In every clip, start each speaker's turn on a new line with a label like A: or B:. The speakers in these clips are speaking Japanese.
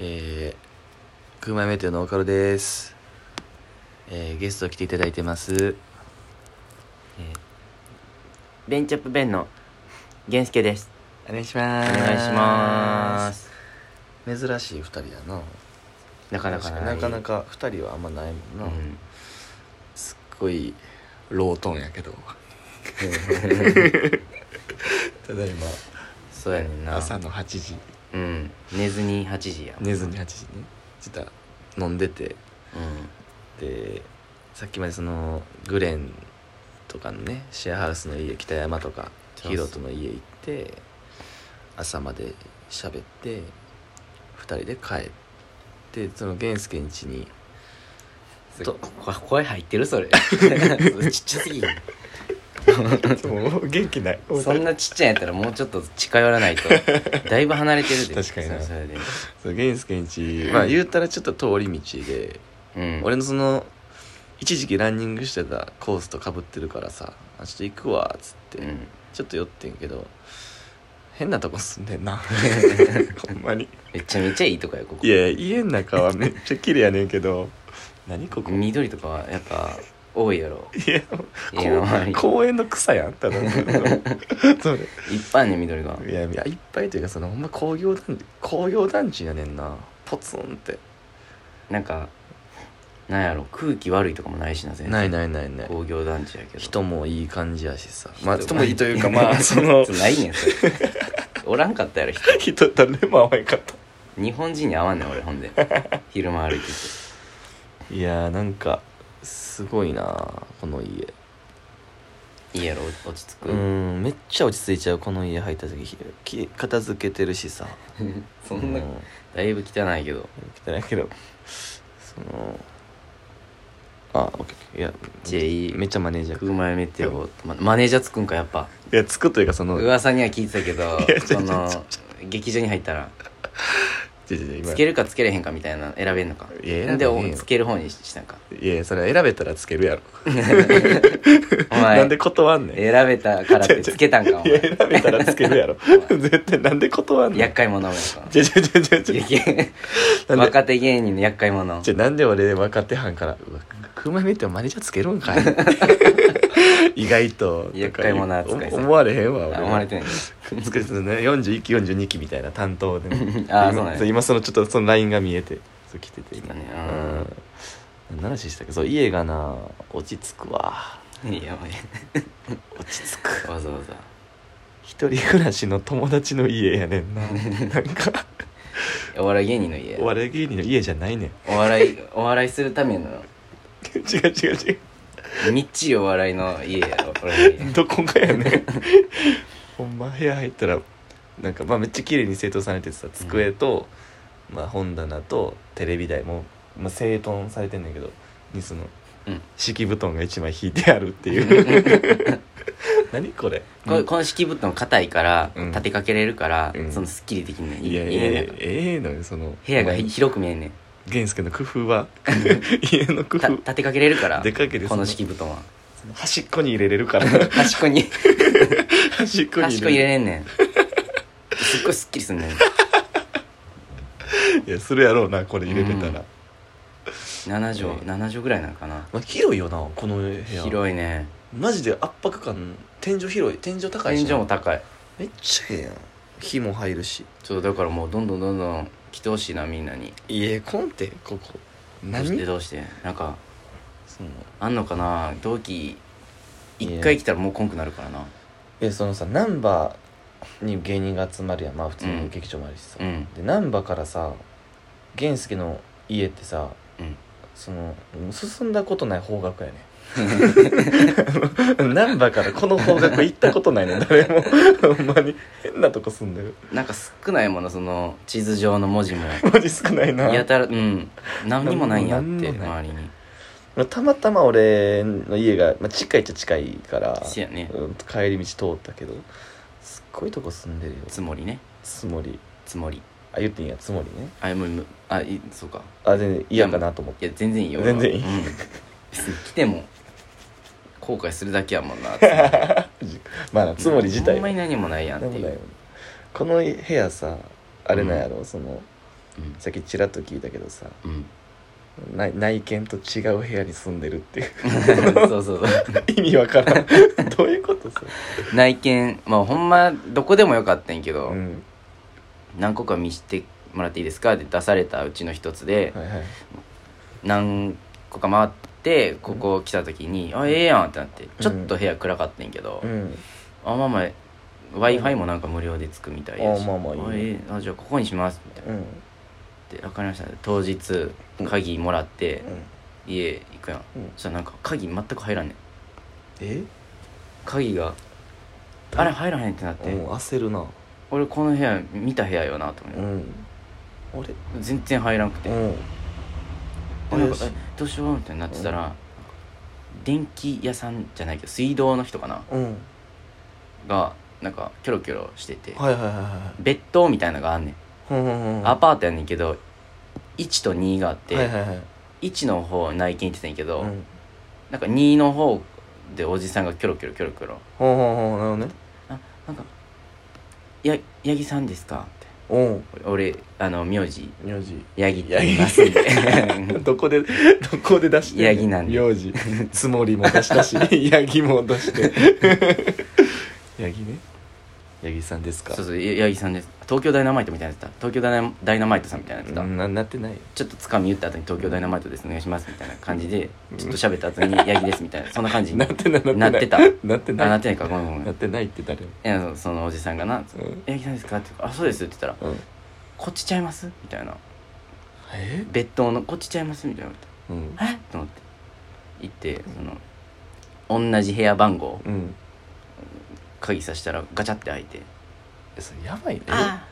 A: えー、クーマイメテオのオカルです。えー、ゲスト来ていただいてます。
B: ベンチャップベンの源助です。
A: お願いしま
B: お
A: す。
B: 願いします。
A: す。珍しい二人やな。
B: なかなか
A: なかなか二人はあんまないもんな。
B: うん
A: すっごいロートーンや けど。ただいま
B: そうやねんな。
A: 朝の8時
B: うん。寝ずに8時や。
A: 寝ずに8時ねちょっと飲んでて
B: う
A: でさっきまでそのグレンとかのねシェアハウスの家北山とか
B: そうそう
A: ヒロトの家行って朝まで喋って2人で帰ってその源助ん家に
B: ん。
A: と
B: と、こ声入ってる それ。ちっちゃすぎる。
A: もう元気 ない
B: そんなちっちゃいんやったらもうちょっと近寄らな いと。だいぶ離れてるで。
A: 確かにな
B: そうそれで。
A: 源助ん家まあ言うたらちょっと通り道で
B: うん。
A: 俺のその一時期ランニングしてたコースとかぶってるからさ「あちょっと行くわ」っつって、
B: うん。
A: ちょっと酔ってんけど変なとこ住んでんな ほんまに
B: めちゃめちゃいいとこやここ
A: い。や家の中はめっちゃ綺麗やねんけど何ここい
B: 緑とかはやっぱ多いやろ。
A: や
B: いやまあいい
A: 公公園の草やんただ のそれ
B: いっぱいね緑が。
A: いやいやいっぱいというかそのほんま工業団地工業団地やねんなポツンって
B: なんか。なんやろ空気悪いとかもないしな全然
A: ないないないない
B: 工業団地やけど
A: 人もいい感じやしさまあ
B: 人
A: 人もいいというかまあその
B: ないねんそれおらんかったやろ人
A: 人誰も甘いかった
B: 日本人に合わんねん俺ほん で昼間歩いてて
A: いやーなんかすごいなこの家
B: いいやろ落ち着く、
A: うんめっちゃ落ち着いちゃうこの家入った時き片付けてるしさ
B: そんな、
A: う
B: だいぶ汚いけど
A: 汚いけどそのあオッケーいや
B: J
A: めっちゃマネージャー
B: 空前メテオまマネージャーつくんかやっぱ
A: いやつくというかその
B: 噂には聞いてたけど
A: や
B: その劇場に入ったら
A: 違う違う違う今
B: つけるかつけれへんかみたいなの選べんのか
A: いや選べへん
B: で
A: よ
B: おつける方にしした んか
A: いやそれ選べたらつけるやろ
B: お
A: なん
B: 前
A: で断んねんい
B: 選べたからってつけたんかお
A: や
B: 前
A: 選べたらつけるやろ絶対なんで断んねん
B: 厄介者めや
A: ちょちょちょちょちょ
B: から若手芸人の厄介者
A: じゃあなんで俺若手班から「うわ熊目ってマネージャーつけるん かい」意外と
B: 厄介者扱いさ
A: 思われへんわ俺
B: あ思われてない、
A: つけてたね41期42期みたいな担当で、ね
B: あー
A: 今
B: そうなんや
A: 今そのちょっとそのラインが見えてそう来てて
B: 来た
A: 今
B: ね
A: うん何の話したっけそう家がな落ち着くわ
B: いやばい
A: 落ち着く
B: わざわざ
A: 一人暮らしの友達の家やね んななんか
B: お笑い芸人の家
A: お笑い芸人の家じゃないねん
B: お笑いお笑いするための
A: 違う違う違う
B: みっちりお笑いの家やろ俺の
A: どこがやねんほんま部屋入ったらなんかまあめっちゃ綺麗に整頓されててさ机と、まあ、本棚とテレビ台も、まあ、整頓されてんだけどにその
B: うん
A: 敷布団が一枚引いてあるっていう 何これ
B: 家ここの敷布団硬いから
A: うん
B: 立てかけれるから、
A: うん
B: そのすっきりできんねん
A: いやいや
B: 家
A: い
B: の
A: や
B: 中
A: ええのよその
B: 部屋が
A: お前
B: 広く見えんねん
A: 源介の工夫は 家の工
B: た
A: 夫
B: 立てかけれるから
A: でかけて
B: この
A: その
B: 敷布団は
A: 端っこに入れれるから
B: 端っこに
A: 端っこに
B: 端っこ入
A: 入
B: れ
A: れ
B: れんねんすっごいすっきりすんねん
A: るいやするやろうなこれ入れれたら、
B: うん7畳
A: うん
B: 7畳ぐらいなのかな
A: まあ、広いよなこの部屋
B: 広いね
A: マジで圧迫感天井広い天井高い
B: 天
A: し
B: 井も高い
A: めっちゃええやん火も入るし
B: ちょっとだからもうどんどんどんどん来てほしいなみんなに
A: いえこんってここ
B: どう
A: 何
B: してどうしてなんか
A: その
B: あんのかな同期
A: いや
B: 一回来たらもうこんくなるからな
A: えそのさナンバーに芸人が集まるやんまあ普通
B: う
A: の
B: ん
A: 劇場もあるしさ、
B: うん
A: でナンバーからさ源助の家ってさ、
B: うん
A: その進んだことない方角や ねナンバーからこの方角行ったことないねん誰もほんまに変なとこ住んでる
B: なんか少ないものその地図上の文字も
A: 文字少ないな
B: やたらうん何にもないんやっ
A: なん
B: て
A: にもな
B: 周りに
A: たまたま俺の家が、まあ、近いっちゃ近いから、
B: せやね
A: うん帰り道通ったけどすっごいとこ住んでるよ
B: つもりね
A: つもり
B: つもり
A: あ言っていいんやつもりね
B: あもうむあいそうか
A: あ全然嫌かなと 思って
B: いや全然いいよ
A: 全然いい
B: 俺はうん別に来ても後悔するだけやもんな
A: まあな つもり自体
B: ほんま
A: は
B: に何もないやんっ
A: 何
B: て
A: も
B: い
A: ないよ
B: う
A: ねこの部屋さあれなんやろ、その
B: うん
A: さっきちらっと聞いたけどさ
B: うん
A: な内見と違う部屋に住んでるっていう
B: そうそうそう
A: 意味わから んどういうことさ、
B: 内見まあほんまどこでもよかったんやけど、
A: うん、
B: 何個か見してもらっていいですかって出されたうちの一つで、
A: はいはい
B: 何個か回ってここ来た時に「あええやん」ってなってちょっと部屋暗かったんやけど、
A: うん
B: あまあまあ w i f i もなんか無料でつくみたいやし
A: あまあまあいいね
B: ええあじゃあここにしますみたいな
A: うん
B: で分かりました当日鍵もらって
A: うん
B: 家行くやん、
A: うん
B: そしたらなんか鍵全く入らんねん
A: え
B: 鍵があれ入らへんってなって、
A: うん焦るな
B: 俺この部屋見た部屋よなと思
A: う
B: って、
A: ん俺
B: 全然入らんくて、
A: うん
B: でなん
A: 怪
B: か
A: しい
B: えどうしようみたいになってたら、電気屋さんじゃないけど水道の人かな
A: うん
B: がなんかキョロキョロしてて、
A: はいはいはいはい
B: ベッドみたいなのがあんねん、
A: ふんふんふん
B: アパートやねんけど1と2があって、
A: はいはいはい
B: 1の方内見行ってたんやけど、
A: うん
B: なんか2の方でおじさんがキョロキョロキョロキョロ
A: ほうほうほうなるほどね
B: あなんか「や八木さんですか?」って
A: うん
B: 俺あの名字
A: 名字
B: ヤギって言いますんで
A: どこでどこで出して
B: ヤギなんで
A: 名字つもりも出した しヤギも出してヤギねヤギさんですか
B: そうそうヤギさんです東京ダイナマイトみたいなやつだ東京ダイナダイナマイトさんみたいなやつだ、
A: うんななってないよ
B: ちょっとつかみ打った後に「東京ダイナマイトですお願いします」みたいな感じでちょっと喋っ た後に「ヤギです」みたいなそんな感じに
A: なってない
B: なってた
A: なって
B: あ
A: な
B: ないってないかごめんごめん
A: なってないって誰も
B: いやそのおじさんがな
A: うん
B: 「八木さんですか?」って言うから「あそうです」って言ったら
A: うん
B: 「こっちちゃいます?」みたいな
A: え
B: 別棟の「こっちちゃいます?」みたいな
A: うん
B: えっと思って行ってその同じ部屋番号
A: うん
B: 鍵さしたらガチャって開いて
A: えそれやばいね
B: あ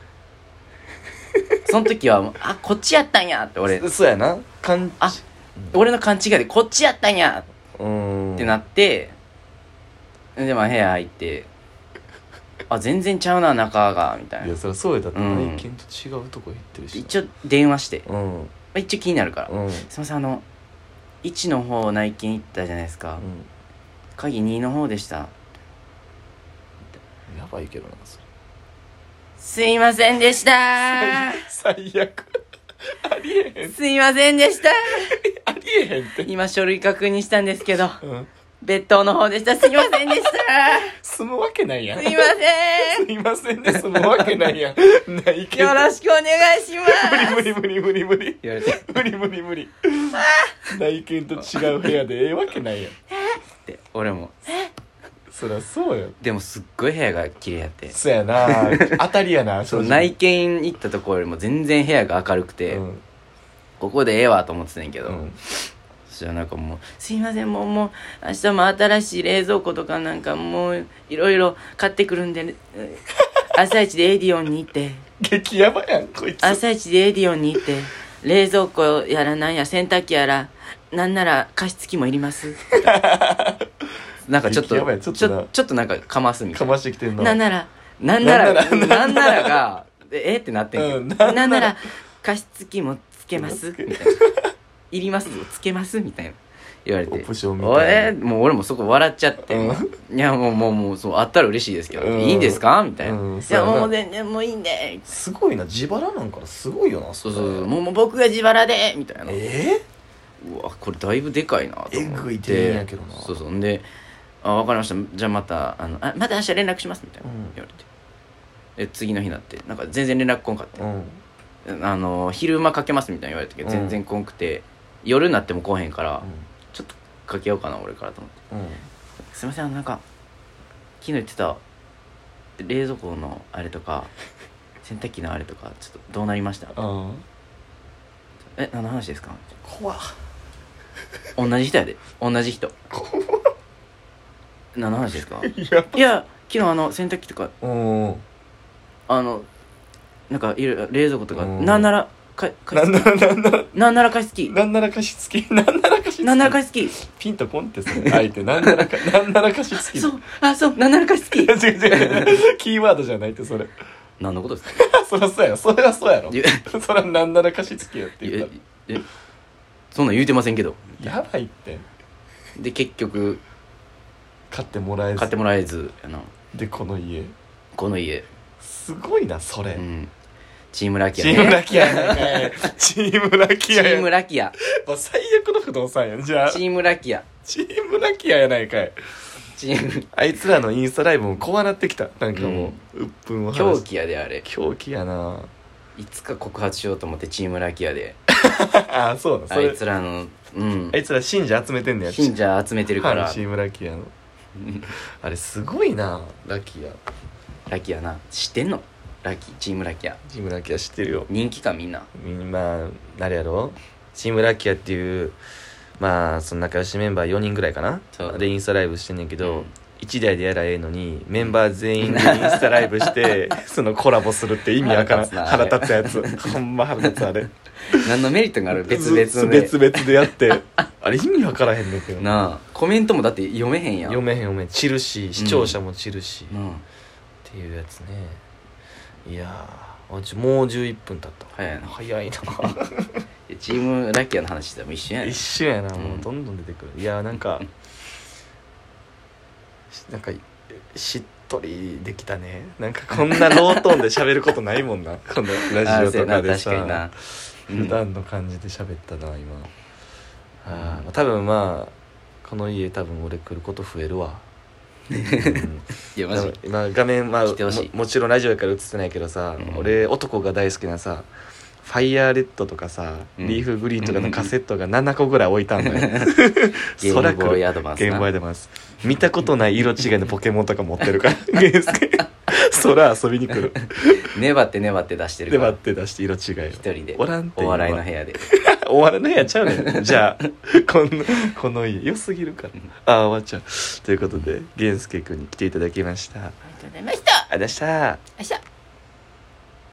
B: その時はもうあこっちやったんやって俺
A: そそうやな感
B: あ俺の勘違いでこっちやったんや
A: うん
B: ってなってでまあ部屋入ってあ全然ちゃうな中がみたい
A: い
B: な
A: やそりゃそうやだって
B: うん
A: 内見と違うとこ行ってるし
B: 一応電話して、ま
A: うんうん
B: あ、一応気になるから、
A: うん
B: すいませんあの1の方内見行ったじゃないですか、鍵2の方でした
A: やばいけどなそれ
B: すいません でした
A: 最悪ありえへん
B: すいませんでした
A: ありえへんって
B: 今書類確認したんですけど
A: うん
B: 別当の方でしたすいませんでした
A: 住むわけないやん
B: すいません
A: すいませんね、住むわけないやん。ないけど
B: よろしくお願いします
A: 無理無理無理無理無理。
B: 言われて
A: 無理無理無理。内見と違う部屋でええわけないやん。
B: で俺も
A: そりゃそうやん。
B: でもすっごい部屋が綺麗やって
A: そやな当たりやな、
B: そ
A: 正
B: う
A: 直
B: 内見行ったところよりも全然部屋が明るくて、
A: うん。
B: ここでええわと思ってたんやけど、
A: うん
B: そしたらなんかもう「すいませんもうもう明日も新しい冷蔵庫とかなんかもういろいろ買ってくるんでえ朝一でエディオンに 行って
A: 激ヤバやん、こいつ。
B: 朝一でエディオンに行って冷蔵庫やらなんや洗濯機やらなんなら加湿器もいります なんかちょっと
A: やばい
B: ち
A: ち
B: ょ
A: ょっと
B: ち
A: な
B: ょっとなんかかますみた
A: か
B: いな
A: ましてきてんの。
B: なんならなんなら
A: なんなら
B: なんならがええってなってんけど、
A: うん
B: な
A: なんん
B: な
A: な
B: ら
A: ら
B: 加湿器もつけますみたいな「いりますつけます」みたいな言われて
A: オプションみ
B: お
A: た
B: え
A: いな。
B: もう俺もそこ笑っちゃって、いやもうもうもうそうあったら嬉しいですけど、
A: うん
B: いいんですかみたいな、
A: うん
B: い
A: そう
B: や
A: やな
B: もう全然もういいんで
A: すごいな、自腹なんかすごいよな、
B: そ
A: そうれ
B: そうそうもうもう僕が自腹でみたいな
A: え
B: うわこれだいぶでかいなと思って
A: えぐい店員やけどな
B: そうそうんで「あ分かりましたじゃあまたあのあまた明日連絡します」みたいな
A: うん
B: 言われて、え次の日になってなんか全然連絡こんかって
A: う、ん。
B: あの昼間かけますみたいな言われたけど
A: うん
B: 全然こんくて、夜になってもこうへんか
A: う
B: ら、
A: ん
B: ちょっとかけようかな俺からと思っ
A: う
B: て。
A: ん。
B: すいませんあのなんか昨日言ってた冷蔵庫のあれ とか洗濯機のあれとかちょっとどうなりました
A: ああ。
B: え何の話ですか
A: 怖っ
B: 同じ人やで同 じ人何の話ですか
A: や
B: いや昨日あの洗濯機とか
A: うん。
B: あのなんかいろ冷蔵庫とか
A: うん
B: なんならか加
A: な
B: 湿
A: んならなんなら、
B: 器なんなら加湿器
A: なんなら貸し付き、なんなら貸し付き。
B: なんなら加湿器
A: ピンとポンってする相手なんなら かなんならかしつき
B: そうあそうなんなら加 湿
A: 違
B: 器
A: う違う違うキーワードじゃないってそれ
B: 何のことですか
A: そりゃそうやそりゃそうやろ
B: いや
A: そりゃなんならかしつきやって
B: い
A: 言
B: や
A: っ
B: いやそんなん言うてませんけど
A: たらやばいって
B: で結局
A: 買ってもらえず
B: 買ってもらえずやな
A: でこの家
B: この家
A: すごいなそれ、
B: うん、チームラキ
A: チ
B: アね
A: ームラキアやないかいチームラキ
B: チ
A: アや
B: ームラキア
A: もう最悪の不動産やんじゃあ
B: チームラキア
A: チームラキアやないかい
B: チーム
A: あいつらのインスタライブも怖なってきたなんかもう、鬱憤を晴ら
B: 狂
A: す
B: 気やであれ
A: 狂気やな
B: いつか告発しようと思ってチームラキアで
A: ああそうなんそ
B: あ
A: れ
B: いつらのうん
A: あいつら信者集めてんねや
B: 信者集めてるから
A: チームラキアの
B: うん
A: あれすごいなラキア
B: ラキアな知ってんのラキチームラキア
A: チームラキア知ってるよ
B: 人気かみんな
A: みんな誰やろチームラキアっていうまあその仲良しメンバー4人ぐらいかな
B: そう
A: でインスタライブしてんねんけ
B: う
A: ど、
B: ん
A: 一1台でやらええのにメンバー全員でインスタライブして そのコラボするって意味わからん
B: 腹
A: 腹
B: 立
A: 立
B: つ
A: つやつ ほんま腹立つあれ
B: 何のメリットがあ る別々で
A: 別々でやってあれ意味わからへんねんけど
B: なあコメントもだって読めへんやん
A: 読めへん読めへん散るし視聴者も散るし、っ
B: なあ
A: ていうやつねいやーあちょもう11分経った
B: 早いな
A: 早いな
B: いやチームラキアの話でも一緒やねん
A: 一瞬やなもうんうどんどん出てくる、いやーなんかしなんかしっとりできたねなんかこんなロートーンで喋ることないもん なこのラジオとかで
B: あーそうやな
A: さ
B: 確か
A: 普
B: にな、うん、
A: 段の感じで喋ったな今、あー多分まあこの家多分俺来ること増える わ、うん
B: いやマジ
A: 今画面、まあ、
B: 来てほ
A: も
B: しい
A: もちろんラジオやから映ってないけどさ、
B: うん
A: 俺男が大好きなさ「ファイヤーレッド」とかさ、
B: うん
A: リーフグリーン」とかのカセットが7個ぐらい置いたんだよ
B: ゲームボーイアドバンスな
A: ゲームボーイアドバンス見たことない色違いのポケモンとか持ってるから ゲースケ空遊びに来る
B: 粘って粘って出してる
A: で
B: から
A: 待って出して色違いを
B: 一人で
A: おらんって
B: お笑いの部
A: 屋
B: 屋で
A: お笑いの部屋ちゃうねんじゃあこんこの家良すぎるからああ終わっちゃうということで源介君に来ていただきましたありがとう
B: ありがとうございました
A: ございました
B: 明日